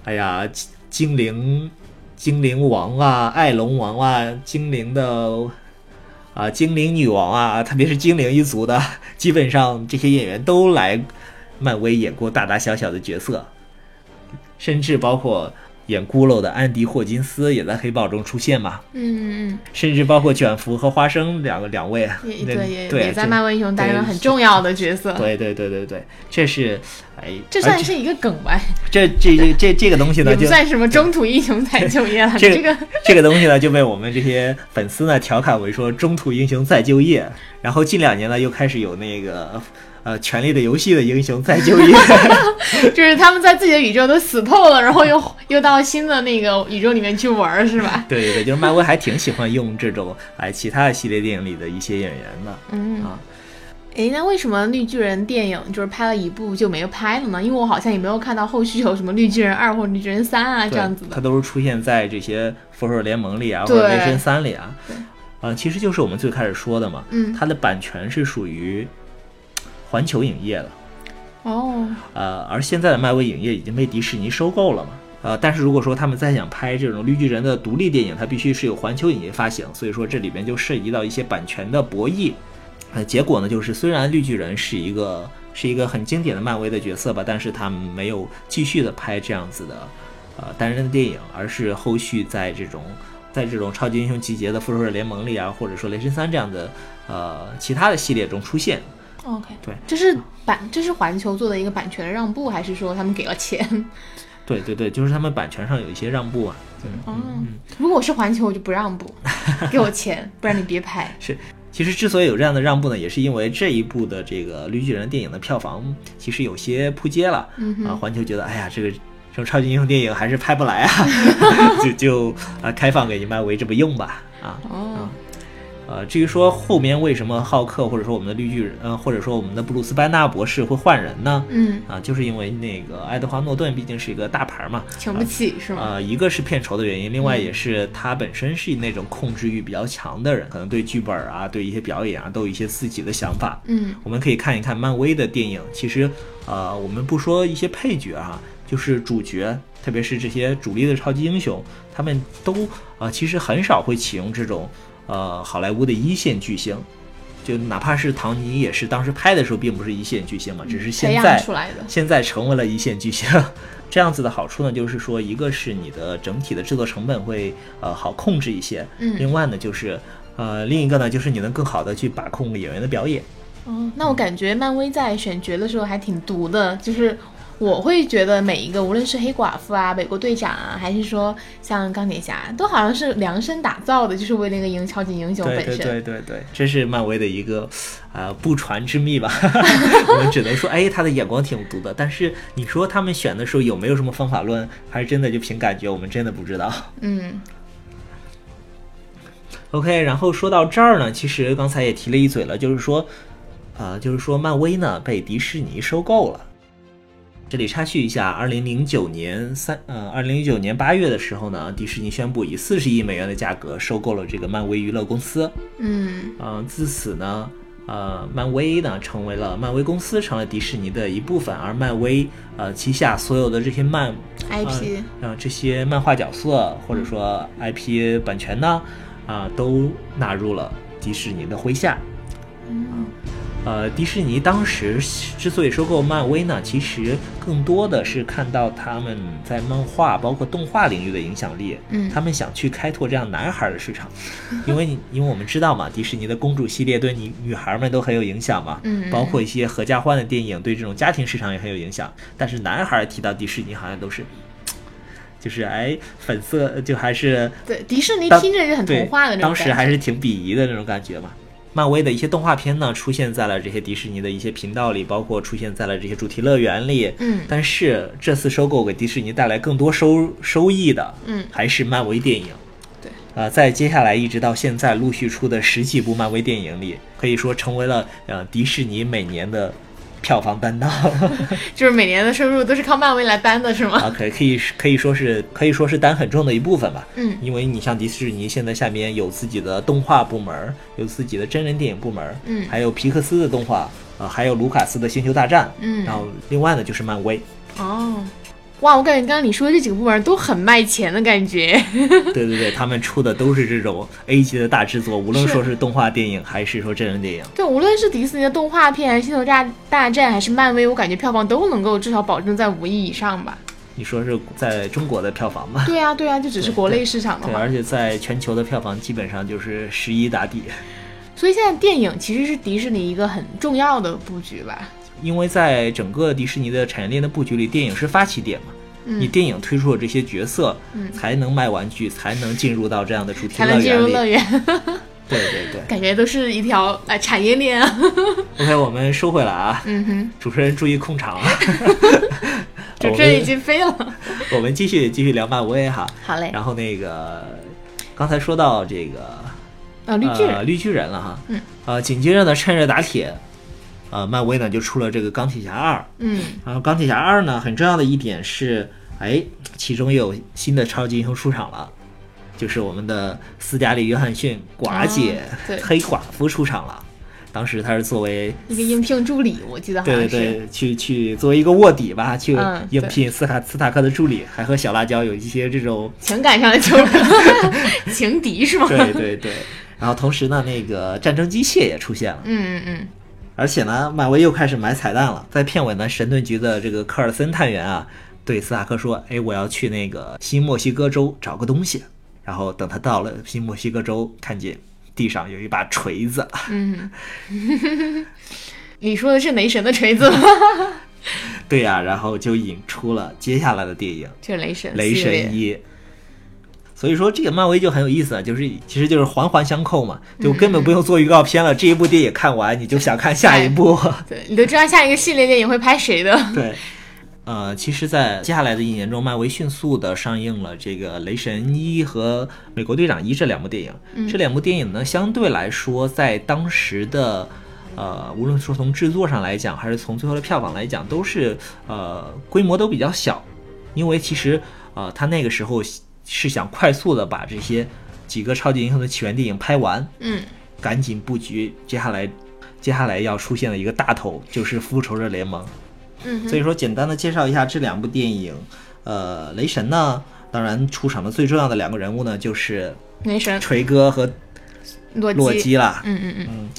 Speaker 1: 哎呀，精精灵精灵王啊，爱龙王啊，精灵的。啊，精灵女王啊，特别是精灵一族的，基本上这些演员都来漫威演过大大小小的角色，甚至包括演孤陋的安迪·霍金斯也在黑豹中出现嘛。
Speaker 2: 嗯嗯
Speaker 1: 甚至包括卷福和花生两个两位，啊
Speaker 2: 嗯，也
Speaker 1: 那
Speaker 2: 对也
Speaker 1: 对
Speaker 2: 也在
Speaker 1: 这
Speaker 2: 漫威英雄担任
Speaker 1: 对
Speaker 2: 很重要的角色。
Speaker 1: 对对对对对，这是哎，
Speaker 2: 这
Speaker 1: 而
Speaker 2: 算
Speaker 1: 且
Speaker 2: 是一个梗吧，
Speaker 1: 这这这这这个东西呢，
Speaker 2: 也不
Speaker 1: 就
Speaker 2: 算什么中土英雄再就业了。
Speaker 1: 这
Speaker 2: 这个
Speaker 1: 这个东西呢，就被我们这些粉丝呢调侃为说中途英雄再就业，然后近两年呢又开始有那个呃《权力的游戏》的英雄再就业，
Speaker 2: 就是他们在自己的宇宙都死透了，然后又又到新的那个宇宙里面去玩儿，是吧？
Speaker 1: 对对对，就是漫威还挺喜欢用这种哎其他的系列电影里的一些演员的。
Speaker 2: 嗯
Speaker 1: 啊，
Speaker 2: 哎，那为什么绿巨人电影就是拍了一部就没有拍了呢？因为我好像也没有看到后续有什么绿巨人二或者绿巨人三啊这
Speaker 1: 对，
Speaker 2: 样子的
Speaker 1: 它。都是出现在这些复仇者联盟里啊，或
Speaker 2: 对
Speaker 1: 者雷神三里啊
Speaker 2: 对，
Speaker 1: 呃，其实就是我们最开始说的嘛，
Speaker 2: 嗯
Speaker 1: 它的版权是属于环球影业的，
Speaker 2: 哦，
Speaker 1: 呃，而现在的漫威影业已经被迪士尼收购了嘛。呃，但是如果说他们再想拍这种绿巨人的独立电影，它必须是由环球影业发行，所以说这里边就涉及到一些版权的博弈。呃，结果呢，就是虽然绿巨人是一个是一个很经典的漫威的角色吧，但是他们没有继续的拍这样子的呃单人的电影，而是后续在这种在这种超级英雄集结的复仇者联盟里啊，或者说雷神三这样的呃其他的系列中出现。
Speaker 2: OK，
Speaker 1: 对
Speaker 2: 这是版，这是环球做的一个版权让步，还是说他们给了钱？
Speaker 1: 嗯对对对，就是他们版权上有一些让步啊。
Speaker 2: 哦，如果我是环球，我就不让步，给我钱，不然你别拍。
Speaker 1: 是，其实之所以有这样的让步呢，也是因为这一部的这个绿巨人电影的票房其实有些扑街了。
Speaker 2: 嗯哼
Speaker 1: 啊，环球觉得，哎呀，这个什么超级英雄电影还是拍不来啊， 就就啊、开放给漫威这么用吧啊。
Speaker 2: 哦，
Speaker 1: 呃，至于说后面为什么浩克或者说我们的绿巨人，呃，或者说我们的布鲁斯班纳博士会换人呢？
Speaker 2: 嗯，
Speaker 1: 啊，就是因为那个爱德华诺顿毕竟是一个大牌嘛，
Speaker 2: 请不起是吗？嗯
Speaker 1: 呃，一个是片酬的原因，另外也是他本身是那种控制欲比较强的人，可能对剧本啊、对一些表演啊都有一些自己的想法。
Speaker 2: 嗯，
Speaker 1: 我们可以看一看漫威的电影，其实呃，我们不说一些配角啊，就是主角，特别是这些主力的超级英雄，他们都啊、呃其实很少会启用这种呃好莱坞的一线巨星。就哪怕是唐尼，也是当时拍的时候并不是一线巨星嘛，只是
Speaker 2: 嗯培
Speaker 1: 现在
Speaker 2: 养出来的，
Speaker 1: 现在成为了一线巨星。 这样子的好处呢，就是说，一个是你的整体的制作成本会呃好控制一些，
Speaker 2: 嗯
Speaker 1: 另外呢就是呃另一个呢就是你能更好的去把控演员的表演。
Speaker 2: 哦，那我感觉漫威在选角的时候还挺毒的，就是我会觉得每一个，无论是黑寡妇啊、美国队长啊，还是说像钢铁侠，都好像是量身打造的，就是为了一个赢超级英雄本
Speaker 1: 对
Speaker 2: 身。
Speaker 1: 对对对对，这是漫威的一个呃不传之秘吧，我们只能说，哎，他的眼光挺毒的。但是你说他们选的时候有没有什么方法论，还是真的就凭感觉，我们真的不知道。
Speaker 2: 嗯
Speaker 1: OK，然后说到这儿呢，其实刚才也提了一嘴了，就是说，呃，就是说漫威呢被迪士尼收购了。这里插叙一下，二零零九年三呃，二零一九年八月的时候呢，迪士尼宣布以四十亿美元的价格收购了这个漫威娱乐公司。
Speaker 2: 嗯
Speaker 1: 呃，自此呢，呃，漫威呢成为了漫威公司，成了迪士尼的一部分，而漫威呃旗下所有的这些漫
Speaker 2: ，IP，、
Speaker 1: 呃，这些漫画角色或者说 IP 版权呢，啊、都纳入了迪士尼的麾下。
Speaker 2: 嗯
Speaker 1: 呃，迪士尼当时之所以收购漫威呢，其实更多的是看到他们在漫画包括动画领域的影响力，
Speaker 2: 嗯
Speaker 1: 他们想去开拓这样男孩儿的市场， 因为你因为我们知道嘛，迪士尼的公主系列对你女孩儿们都很有影响嘛，
Speaker 2: 嗯嗯
Speaker 1: 包括一些合家欢的电影对这种家庭市场也很有影响，但是男孩儿提到迪士尼好像都是。就是哎，粉色就还是
Speaker 2: 对，迪士尼
Speaker 1: 当
Speaker 2: 听着就很
Speaker 1: 对，
Speaker 2: 童话的那种
Speaker 1: 当
Speaker 2: 感觉。
Speaker 1: 时还是挺鄙夷的那种感觉嘛。漫威的一些动画片呢，出现在了这些迪士尼的一些频道里，包括出现在了这些主题乐园里。
Speaker 2: 嗯
Speaker 1: 但是这次收购给迪士尼带来更多收收益的，
Speaker 2: 嗯
Speaker 1: 还是漫威电影。
Speaker 2: 对，
Speaker 1: 呃，在接下来一直到现在陆续出的十几部漫威电影里，可以说成为了呃迪士尼每年的票房担当。
Speaker 2: 就是每年的收入都是靠漫威来搬的，是吗？
Speaker 1: 啊，可可以可以说是可以说是担很重的一部分吧。
Speaker 2: 嗯
Speaker 1: 因为你像迪士尼现在下面有自己的动画部门儿，有自己的真人电影部门儿，
Speaker 2: 嗯
Speaker 1: 还有皮克斯的动画，呃，还有卢卡斯的星球大战，
Speaker 2: 嗯
Speaker 1: 然后另外呢就是漫 威，
Speaker 2: 哦，哇，我感觉刚刚你说的这几个部门都很卖钱的感觉。
Speaker 1: 对对对，他们出的都是这种 A 级的大制作，无论
Speaker 2: 是
Speaker 1: 说是动画电影还是说真人电影。
Speaker 2: 对，无论是迪士尼的动画片，还是《星球大大战》，还是漫威，我感觉票房都能够至少保证在五亿以上吧。
Speaker 1: 你说是在中国的票房 吧？
Speaker 2: 对啊，对啊，就只是国内市场的
Speaker 1: 对，
Speaker 2: 话，
Speaker 1: 而且在全球的票房基本上就是十一打底。
Speaker 2: 所以现在电影其实是迪士尼一个很重要的布局吧。
Speaker 1: 因为在整个迪士尼的产业链的布局里，电影是发起点嘛。
Speaker 2: 嗯
Speaker 1: 你电影推出了这些角色，
Speaker 2: 嗯
Speaker 1: 才能卖玩具，才能进入到这样的主题
Speaker 2: 才
Speaker 1: 乐
Speaker 2: 能进
Speaker 1: 园
Speaker 2: 入
Speaker 1: 里。
Speaker 2: 乐园，
Speaker 1: 对对对。
Speaker 2: 感觉都是一条啊、呃产业链啊。
Speaker 1: OK，我们收回来 啊，
Speaker 2: 嗯哼，
Speaker 1: 主持人注意控 场啊。
Speaker 2: 主
Speaker 1: 我
Speaker 2: 持人已
Speaker 1: 们
Speaker 2: 经飞了。
Speaker 1: 我们继续继续聊漫威哈。
Speaker 2: 好嘞，
Speaker 1: 然后那个刚才说到这个
Speaker 2: 啊，绿巨
Speaker 1: 呃、
Speaker 2: 人，
Speaker 1: 绿巨人了哈。
Speaker 2: 嗯。
Speaker 1: 呃，紧接着呢，趁热打铁，呃，漫威呢就出了这个钢铁侠二。
Speaker 2: 嗯，
Speaker 1: 然后钢铁侠二呢，很重要的一点是，哎，其中又有新的超级英雄出场了，就是我们的斯嘉丽·约翰逊寡姐、
Speaker 2: 啊对
Speaker 1: 黑寡妇出场了。当时她是作为
Speaker 2: 一个应聘助理，我记得好像
Speaker 1: 对对
Speaker 2: 啊是。
Speaker 1: 对，去去作为一个卧底吧，去
Speaker 2: 嗯
Speaker 1: 应聘斯卡、斯塔克的助理，还和小辣椒有一些这 种
Speaker 2: 情感上的纠葛， 情敌是吗？
Speaker 1: 对对对。然后同时呢，那个战争机械也出现了，
Speaker 2: 嗯嗯嗯，
Speaker 1: 而且呢，漫威又开始埋彩蛋了。在片尾呢，神盾局的这个科尔森探员啊，对斯塔克说：“哎，我要去那个新墨西哥州找个东西。”然后等他到了新墨西哥州，看见地上有一把锤子，
Speaker 2: 你说的是雷神的锤子吗？
Speaker 1: 对呀、然后就引出了接下来的电影
Speaker 2: 就是雷神
Speaker 1: 《
Speaker 2: 系
Speaker 1: 雷
Speaker 2: 列，
Speaker 1: 神一》。所以说这个漫威就很有意思啊，就是其实就是环环相扣嘛，就根本不用做预告片了，这一部电影看完你就想看下一部。
Speaker 2: 对你都知道下一个系列电影会拍谁的？
Speaker 1: 对，呃，其实，在接下来的一年中，漫威迅速的上映了这个《雷神一》和《美国队长一》这两部电影。这两部电影呢，相对来说，在当时的呃，无论说从制作上来讲，还是从最后的票房来讲，都是呃规模都比较小，因为其实呃，他那个时候是想快速的把这些几个超级英雄的起源电影拍完，
Speaker 2: 嗯，
Speaker 1: 赶紧布局接下来接下来要出现的一个大头，就是《复仇者联盟》。
Speaker 2: 嗯哼
Speaker 1: 所以说，简单的介绍一下这两部电影。呃，雷神呢，当然出场的最重要的两个人物呢，就是
Speaker 2: 雷神
Speaker 1: 锤哥和
Speaker 2: 洛基，
Speaker 1: 洛基啦。
Speaker 2: 嗯嗯嗯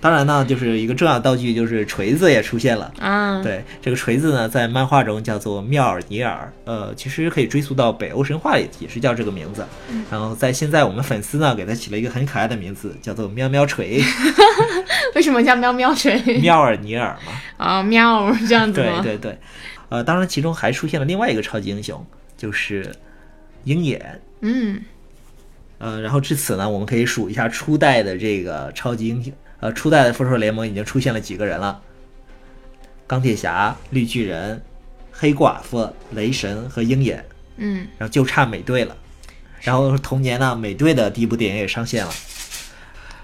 Speaker 1: 当然呢，就是一个重要的道具，就是锤子也出现了。
Speaker 2: 啊，
Speaker 1: 对，这个锤子呢，在漫画中叫做妙尔尼尔，呃，其实可以追溯到北欧神话里也是叫这个名字。
Speaker 2: 嗯
Speaker 1: 然后在现在我们粉丝呢，给它起了一个很可爱的名字，叫做喵喵 锤，
Speaker 2: 为什么叫喵 喵锤？
Speaker 1: 妙尔尼尔嘛。
Speaker 2: 啊，喵这样子
Speaker 1: 对
Speaker 2: 吗？
Speaker 1: 对对，呃，当然其中还出现了另外一个超级英雄，就是鹰眼。
Speaker 2: 嗯，
Speaker 1: 呃，然后至此呢，我们可以数一下初代的这个超级英雄，呃，初代的复仇者联盟已经出现了几个人了：钢铁侠、绿巨人、黑寡妇、雷神和鹰眼，
Speaker 2: 嗯
Speaker 1: 然后就差美队了。然后同年呢，美队的第一部电影也上线了。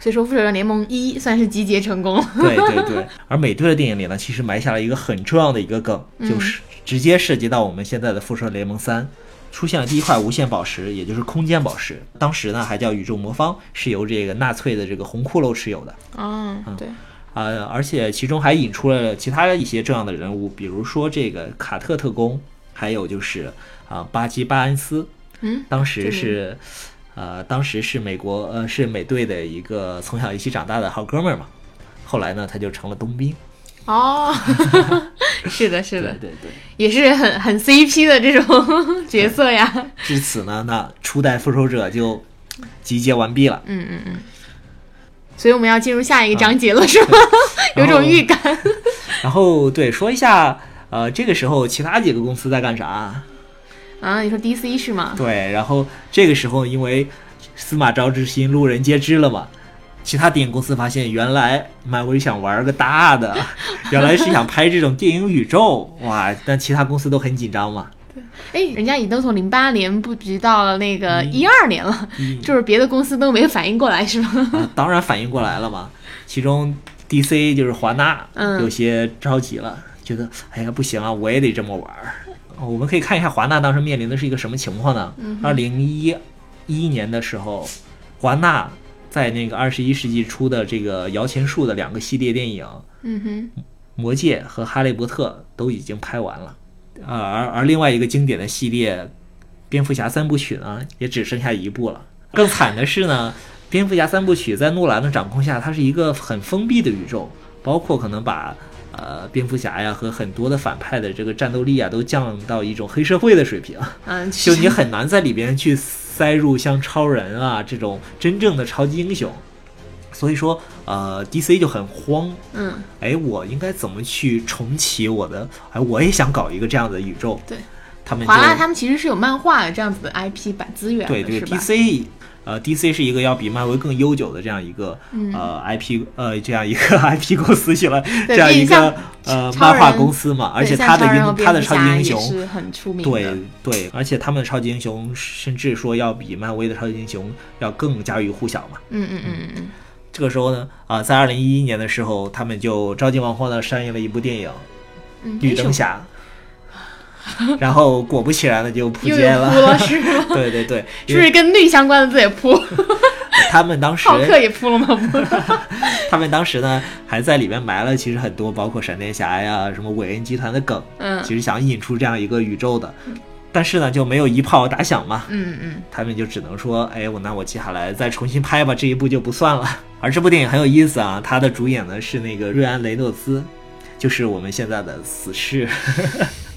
Speaker 2: 所以说《复仇者联盟一》算是集结成功。
Speaker 1: 对对对，而美队的电影里呢，其实埋下了一个很重要的一个梗，就是直接涉及到我们现在的《复仇者联盟三》，出现了第一块无限宝石，也就是空间宝石，当时呢还叫宇宙魔方，是由这个纳粹的这个红骷髅持有的。
Speaker 2: 啊，
Speaker 1: 嗯
Speaker 2: 对，
Speaker 1: 呃，而且其中还引出了其他的一些重要的人物，比如说这个卡特特工，还有就是啊、巴基巴恩斯，
Speaker 2: 嗯，
Speaker 1: 当时是呃，当时是美国呃是美队的一个从小一起长大的好哥们儿嘛，后来呢他就成了冬兵，
Speaker 2: 哦， 是的，是的，
Speaker 1: 对对。
Speaker 2: 也是很很 CP 的这种 角色呀。
Speaker 1: 至此呢，那初代复仇者就集结完毕了。
Speaker 2: 嗯嗯嗯。所以我们要进入下一个章节了，是吗？ 有种预感。
Speaker 1: 哦然后对，说一下，呃，这个时候其他几个公司在干啥？
Speaker 2: 啊，你说 DC 是吗？
Speaker 1: 对，然后这个时候因为司马昭之心，路人皆知了嘛。其他电影公司发现，原来漫威想玩个大的，原来是想拍这种电影宇宙，哇！但其他公司都很紧张嘛。
Speaker 2: 哎，人家已经都从零八年布局到了那个一二年了，
Speaker 1: 嗯
Speaker 2: 就是别的公司都没反应过来，是吗？
Speaker 1: 啊，当然反应过来了嘛。其中 DC 就是华纳，
Speaker 2: 嗯
Speaker 1: 有些着急了，觉得哎呀不行啊，我也得这么玩儿。哦我们可以看一下华纳当时面临的是一个什么情况呢？二零一一年的时候，华纳在那个二十一世纪初的这个摇钱树的两个系列电影《
Speaker 2: 嗯哼。
Speaker 1: 魔戒》和《哈利波特》都已经拍完了，呃而而另外一个经典的系列《蝙蝠侠三部曲》呢，也只剩下一部了。更惨的是呢，《蝙蝠侠三部曲》在诺兰的掌控下，它是一个很封闭的宇宙，包括可能把呃蝙蝠侠呀和很多的反派的这个战斗力啊都降到一种黑社会的水平，
Speaker 2: 嗯，就
Speaker 1: 就你很难在里边去塞入像超人啊这种真正的超级英雄。所以说，呃，DC 就很慌，
Speaker 2: 嗯，
Speaker 1: 哎，我应该怎么去重启我的？哎，我也想搞一个这样的宇宙。
Speaker 2: 对，
Speaker 1: 他们就
Speaker 2: 华纳他们其实是有漫画的这样子的 IP 版资源的，
Speaker 1: 对对
Speaker 2: 是吧？
Speaker 1: DC，呃，DC 是一个要比漫威更悠久的这样一个、
Speaker 2: 嗯
Speaker 1: 呃 IP 呃这样一个 IP 公司去了，这样一
Speaker 2: 毕竟像
Speaker 1: 个呃
Speaker 2: 超
Speaker 1: 漫画
Speaker 2: 人
Speaker 1: 公司嘛，而
Speaker 2: 对
Speaker 1: 且
Speaker 2: 像
Speaker 1: 他的
Speaker 2: 超人和
Speaker 1: 英
Speaker 2: 蝙
Speaker 1: 他的
Speaker 2: 蝠
Speaker 1: 超级
Speaker 2: 侠
Speaker 1: 英
Speaker 2: 也
Speaker 1: 雄
Speaker 2: 是很出名的，嗯
Speaker 1: 对对，而且他们的超级英雄甚至说要比漫威的超级英雄要更家喻户晓嘛。
Speaker 2: 嗯嗯嗯嗯
Speaker 1: 这个时候呢，啊、在二零一一年的时候，他们就着急忙慌的上映了一部电影《
Speaker 2: 嗯，
Speaker 1: 绿灯侠》，然后果不其然的就扑
Speaker 2: 又
Speaker 1: 街
Speaker 2: 有扑
Speaker 1: 了。
Speaker 2: 了是吗？
Speaker 1: 对对 对，
Speaker 2: 是
Speaker 1: 因
Speaker 2: 不
Speaker 1: 为
Speaker 2: 是跟绿相关的字也扑？
Speaker 1: 他们当时
Speaker 2: 浩克也扑了吗？不
Speaker 1: 他们当时呢还在里面埋了其实很多包括闪电侠呀、什么韦恩集团的梗，
Speaker 2: 嗯
Speaker 1: 其实想引出这样一个宇宙的，但是呢就没有一炮打响嘛，
Speaker 2: 嗯嗯，
Speaker 1: 他们就只能说，哎，我那我接下来再重新拍吧，这一部就不算了。 而这部电影很有意思啊，它的主演呢是那个瑞安·雷诺兹，就是我们现在的死侍。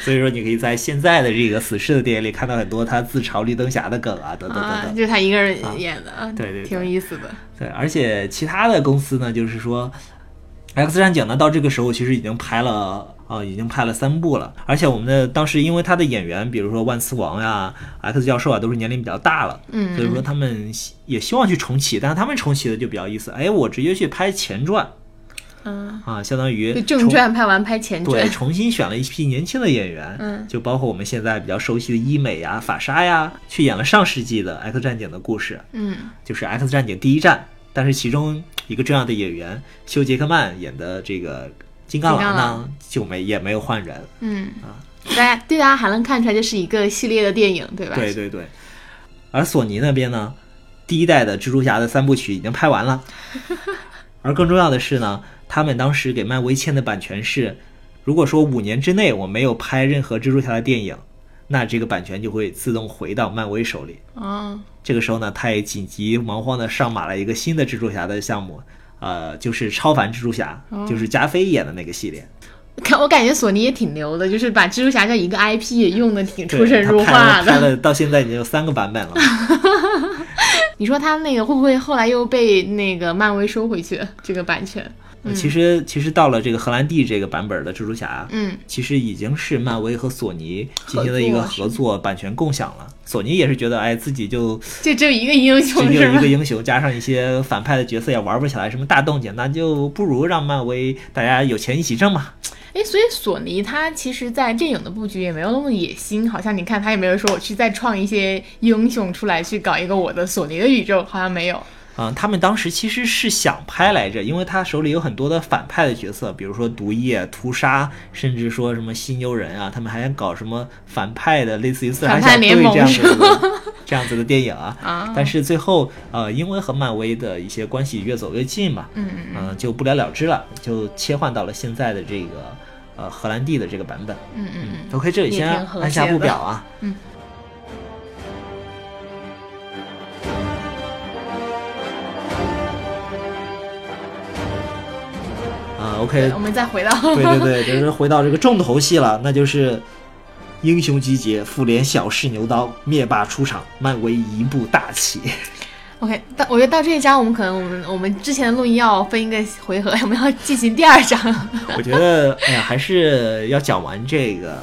Speaker 1: 所以说，你可以在现在的这个死侍的电影里看到很多他自嘲绿灯侠的梗啊，等等等
Speaker 2: 啊，
Speaker 1: 等。
Speaker 2: 就是他一个人演的，啊
Speaker 1: 对对对
Speaker 2: 挺有意思的。
Speaker 1: 对，而且其他的公司呢，就是说，《X 战警》呢，到这个时候其实已经拍了，呃，已经拍了三部了。而且我们的当时因为他的演员，比如说万磁王呀、X 教授啊，都是年龄比较大了，
Speaker 2: 嗯
Speaker 1: 所以说他们希也希望去重启，但是他们重启的就比较意思，哎，我直接去拍前传。
Speaker 2: 嗯，
Speaker 1: 啊，相当于
Speaker 2: 就正
Speaker 1: 重
Speaker 2: 传拍完拍前
Speaker 1: 对，
Speaker 2: 传，
Speaker 1: 重新选了一批年轻的演员，
Speaker 2: 嗯
Speaker 1: 就包括我们现在比较熟悉的医美呀、法鲨呀，去演了上世纪的《X 战警》的故事，
Speaker 2: 嗯
Speaker 1: 就是《X 战警：第一战》，但是其中一个重要的演员休·杰克曼演的这个金刚狼
Speaker 2: 金刚
Speaker 1: 呢
Speaker 2: 狼，
Speaker 1: 就没也没有换人。
Speaker 2: 嗯，
Speaker 1: 啊
Speaker 2: 大家对大家还能看出来这是一个系列的电影，对吧？
Speaker 1: 对对对，而索尼那边呢，第一代的蜘蛛侠的三部曲已经拍完 了，而更重要的是呢，他们当时给漫威签的版权是，如果说五年之内我没有拍任何蜘蛛侠的电影，那这个版权就会自动回到漫威手里。
Speaker 2: 哦，
Speaker 1: 这个时候呢，他也紧急忙慌的上马了一个新的蜘蛛侠的项目，呃，就是超凡蜘蛛侠，
Speaker 2: 哦
Speaker 1: 就是加菲演的那个系列。
Speaker 2: 看我感觉索尼也挺牛的，就是把蜘蛛侠这一个 IP 也用的挺
Speaker 1: 对
Speaker 2: 出神入
Speaker 1: 他拍
Speaker 2: 化
Speaker 1: 了拍
Speaker 2: 的。
Speaker 1: 了到现在已经有三个版本了。
Speaker 2: 你说他那个会不会后来又被那个漫威收回去这个版权？
Speaker 1: 呃其实其实到了这个荷兰弟这个版本的蜘蛛侠，
Speaker 2: 嗯，
Speaker 1: 其实已经是漫威和索尼进行了一个
Speaker 2: 合
Speaker 1: 合
Speaker 2: 作
Speaker 1: 作版权共享了。索尼也是觉得，哎，自己 就
Speaker 2: 就只有一个英
Speaker 1: 只
Speaker 2: 雄
Speaker 1: 有
Speaker 2: 是
Speaker 1: 一
Speaker 2: 吧
Speaker 1: 个？英雄，加上一些反派的角色也玩不起来什么大动静，那就不如让漫威大家有钱一起挣嘛。
Speaker 2: 哎，所以索尼它其实，在电影的布局也没有那么野心，好像你看它也没有说我去再创一些英雄出来，去搞一个我的索尼的宇宙，好像没有。
Speaker 1: 嗯，他们当时其实是想拍来着，因为他手里有很多的反派的角色，比如说毒液、屠杀，甚至说什么犀牛人啊，他们还想搞什么反派的，类似于自杀
Speaker 2: 反
Speaker 1: 小
Speaker 2: 派
Speaker 1: 队
Speaker 2: 联盟
Speaker 1: 这样子
Speaker 2: 是
Speaker 1: 的 这样子的电影啊。
Speaker 2: 啊
Speaker 1: 但是最后，呃，因为和漫威的一些关系越走越近嘛，嗯嗯、就不了了之了，就切换到了现在的这个呃荷兰弟的这个版本。
Speaker 2: 嗯嗯嗯。
Speaker 1: OK，这里
Speaker 2: 也
Speaker 1: 先
Speaker 2: 挺和
Speaker 1: 按下
Speaker 2: 谐嗯
Speaker 1: 不
Speaker 2: 的
Speaker 1: 表啊。啊，OK，
Speaker 2: 我们再回到
Speaker 1: 对对对，就是回到这个重头戏了，那就是英雄集结，复联小试牛刀，灭霸出场，漫威一步大起。
Speaker 2: OK，到我觉得到这一章，我们可能我们我们之前的录音要分一个回合，我们要进行第二章。
Speaker 1: 我觉得，哎呀，还是要讲完这个，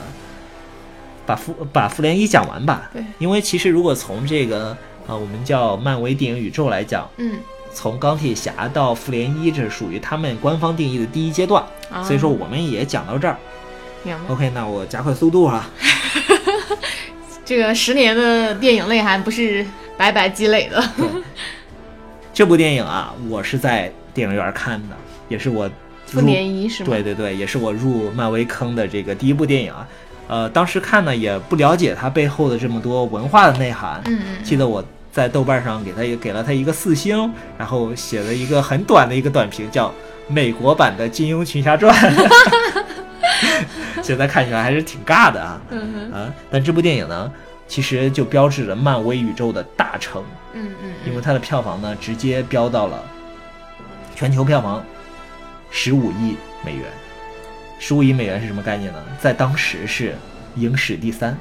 Speaker 1: 把复把复联一讲完吧。
Speaker 2: 对
Speaker 1: 因为其实如果从这个啊、呃我们叫漫威电影宇宙来讲，
Speaker 2: 嗯，
Speaker 1: 从钢铁侠到复联一，这属于他们官方定义的第一阶段，
Speaker 2: 啊
Speaker 1: 所以说我们也讲到这儿。
Speaker 2: 明白。
Speaker 1: OK，那我加快速度啊。
Speaker 2: 这个十年的电影内涵不是白白积累 的。
Speaker 1: 这部电影啊，我是在电影院看的，也是我
Speaker 2: 复
Speaker 1: 入
Speaker 2: 联一是吗？
Speaker 1: 对对对，也是我入漫威坑的这个第一部电影啊。呃，当时看呢也不了解它背后的这么多文化的内涵。
Speaker 2: 嗯嗯
Speaker 1: 记得我在豆瓣上给它也给了它一个四星，然后写了一个很短的一个短评，叫《美国版的金庸群侠传》。 现在看起来还是挺尬的啊。
Speaker 2: 嗯哼
Speaker 1: 啊，但这部电影呢，其实就标志着漫威宇宙的大成，
Speaker 2: 嗯嗯嗯，
Speaker 1: 因为它的票房呢直接飙到了全球票房十五亿美元。十五亿美元是什么概念呢？在当时是影史第三，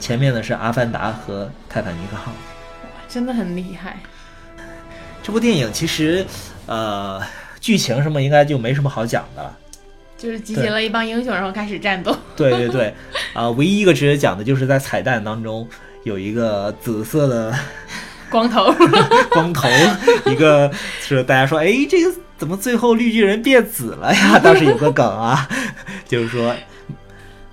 Speaker 1: 前面呢是《阿凡达》和《泰坦尼克号》。
Speaker 2: 真的很厉害。
Speaker 1: 这部电影其实，呃，剧情什么应该就没什么好讲的了。
Speaker 2: 就是集结了一帮英雄，然后开始 战斗。
Speaker 1: 对对对，啊、唯一一个值得讲的就是在彩蛋当中有一个紫色的
Speaker 2: 光头，
Speaker 1: 光头，一个是大家说，哎，这个怎么最后绿巨人变紫了呀？当时有个梗 啊，就是说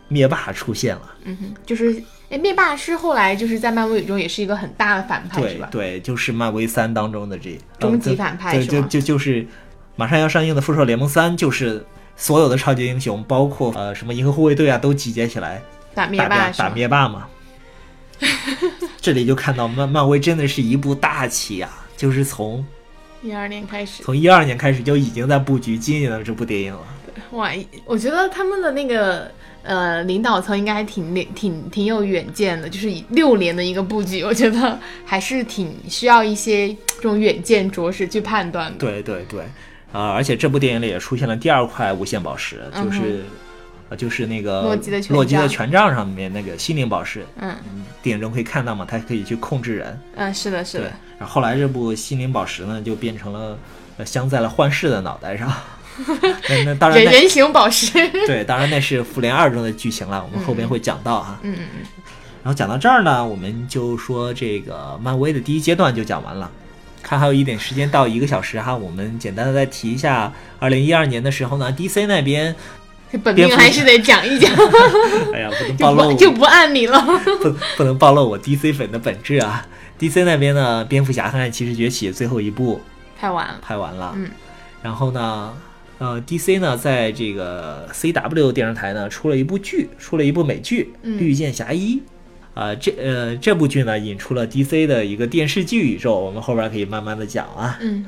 Speaker 1: 灭霸出现了，
Speaker 2: 嗯哼，就是哎，灭霸是后来就是在漫威宇宙也是一个很大的反派，是
Speaker 1: 对
Speaker 2: 吧？
Speaker 1: 对，就是漫威三当中的这
Speaker 2: 终极反派
Speaker 1: 对，
Speaker 2: 是
Speaker 1: 就
Speaker 2: 吗
Speaker 1: 就就是马上要上映的《复仇者联盟三》，就是所有的超级英雄，包括呃什么银河护卫队啊，都集结起来
Speaker 2: 打灭
Speaker 1: 打
Speaker 2: 霸
Speaker 1: 灭
Speaker 2: 是
Speaker 1: 打
Speaker 2: 吗？
Speaker 1: 灭霸 嘛。这里就看到漫漫威真的是一步大棋啊，就是从
Speaker 2: 一二年开始，
Speaker 1: 从一二年开始就已经在布局今年的这部电影了。
Speaker 2: 哇，我觉得他们的那个呃领导层应该还挺挺挺有远见的，就是以六年的一个布局，我觉得还是挺需要一些这种远见着实去判断的。
Speaker 1: 对对对，啊、而且这部电影里也出现了第二块无限宝石，就是、呃就是那个
Speaker 2: 洛嗯基的权
Speaker 1: 洛基的
Speaker 2: 杖
Speaker 1: 权杖上面那个心灵宝石，
Speaker 2: 嗯
Speaker 1: 电影中可以看到嘛，它可以去控制人。
Speaker 2: 嗯，是的，是
Speaker 1: 对
Speaker 2: 的，，
Speaker 1: 然后后来这部心灵宝石呢，就变成了呃镶在了幻视的脑袋 上。那那当然
Speaker 2: 人
Speaker 1: 那，
Speaker 2: 人形宝石。
Speaker 1: 对，当然那是复联二中的剧情了，我们后边会讲到啊哈。
Speaker 2: 嗯嗯嗯，
Speaker 1: 然后讲到这儿呢，我们就说这个漫威的第一阶段就讲完了。看还有一点时间到一个小时哈，我们简单的再提一下，二零一二年的时候呢，DC 那 边，
Speaker 2: 这本命还是得讲一讲，
Speaker 1: 哎呀，不能 暴
Speaker 2: 就
Speaker 1: 露
Speaker 2: 不
Speaker 1: 我
Speaker 2: 就不按你了。
Speaker 1: 不不能暴露我 DC 粉的本质啊。DC 那边呢，蝙蝠侠和暗骑士崛起最后一部
Speaker 2: 太晚了，
Speaker 1: 拍完了，
Speaker 2: 嗯，
Speaker 1: 然后呢，呃，DC 呢在这个 CW 电视台呢出了一部剧，出了一部美剧《
Speaker 2: 嗯
Speaker 1: 绿箭侠一》。啊，这呃这部剧呢引出了 DC 的一个电视剧宇宙，我们后边可以慢慢的讲啊。
Speaker 2: 嗯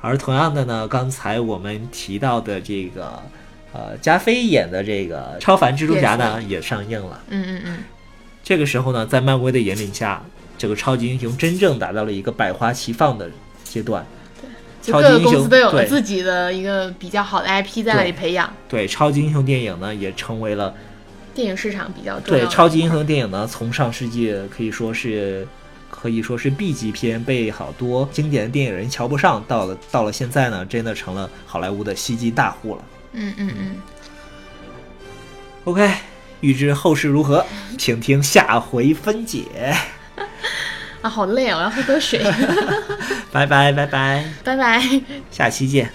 Speaker 1: 而同样的呢，刚才我们提到的这个，呃，加菲演的这个超凡蜘蛛侠呢也上映了。
Speaker 2: 嗯嗯嗯，
Speaker 1: 这个时候呢，在漫威的引领下，这个超级英雄真正达到了一个百花齐放的阶段。
Speaker 2: 就
Speaker 1: 超级
Speaker 2: 各个
Speaker 1: 英
Speaker 2: 公
Speaker 1: 雄
Speaker 2: 司都有了
Speaker 1: 对
Speaker 2: 自己的一个比较好的 IP 在那里
Speaker 1: 对
Speaker 2: 培养，
Speaker 1: 对，超级英雄电影呢也成为了
Speaker 2: 电影市场比较重
Speaker 1: 对
Speaker 2: 要的。
Speaker 1: 超级英雄电影呢，从上世纪可以说是。可以说是 B 级片被好多经典的电影人瞧不上，到了到了现在呢，真的成了好莱坞的吸金大户了。
Speaker 2: 嗯嗯嗯，
Speaker 1: OK，预知后事如何，请听下回分 解。
Speaker 2: 啊，好累啊，我要喝口水，
Speaker 1: 拜拜拜拜，
Speaker 2: 拜拜。
Speaker 1: 下期见。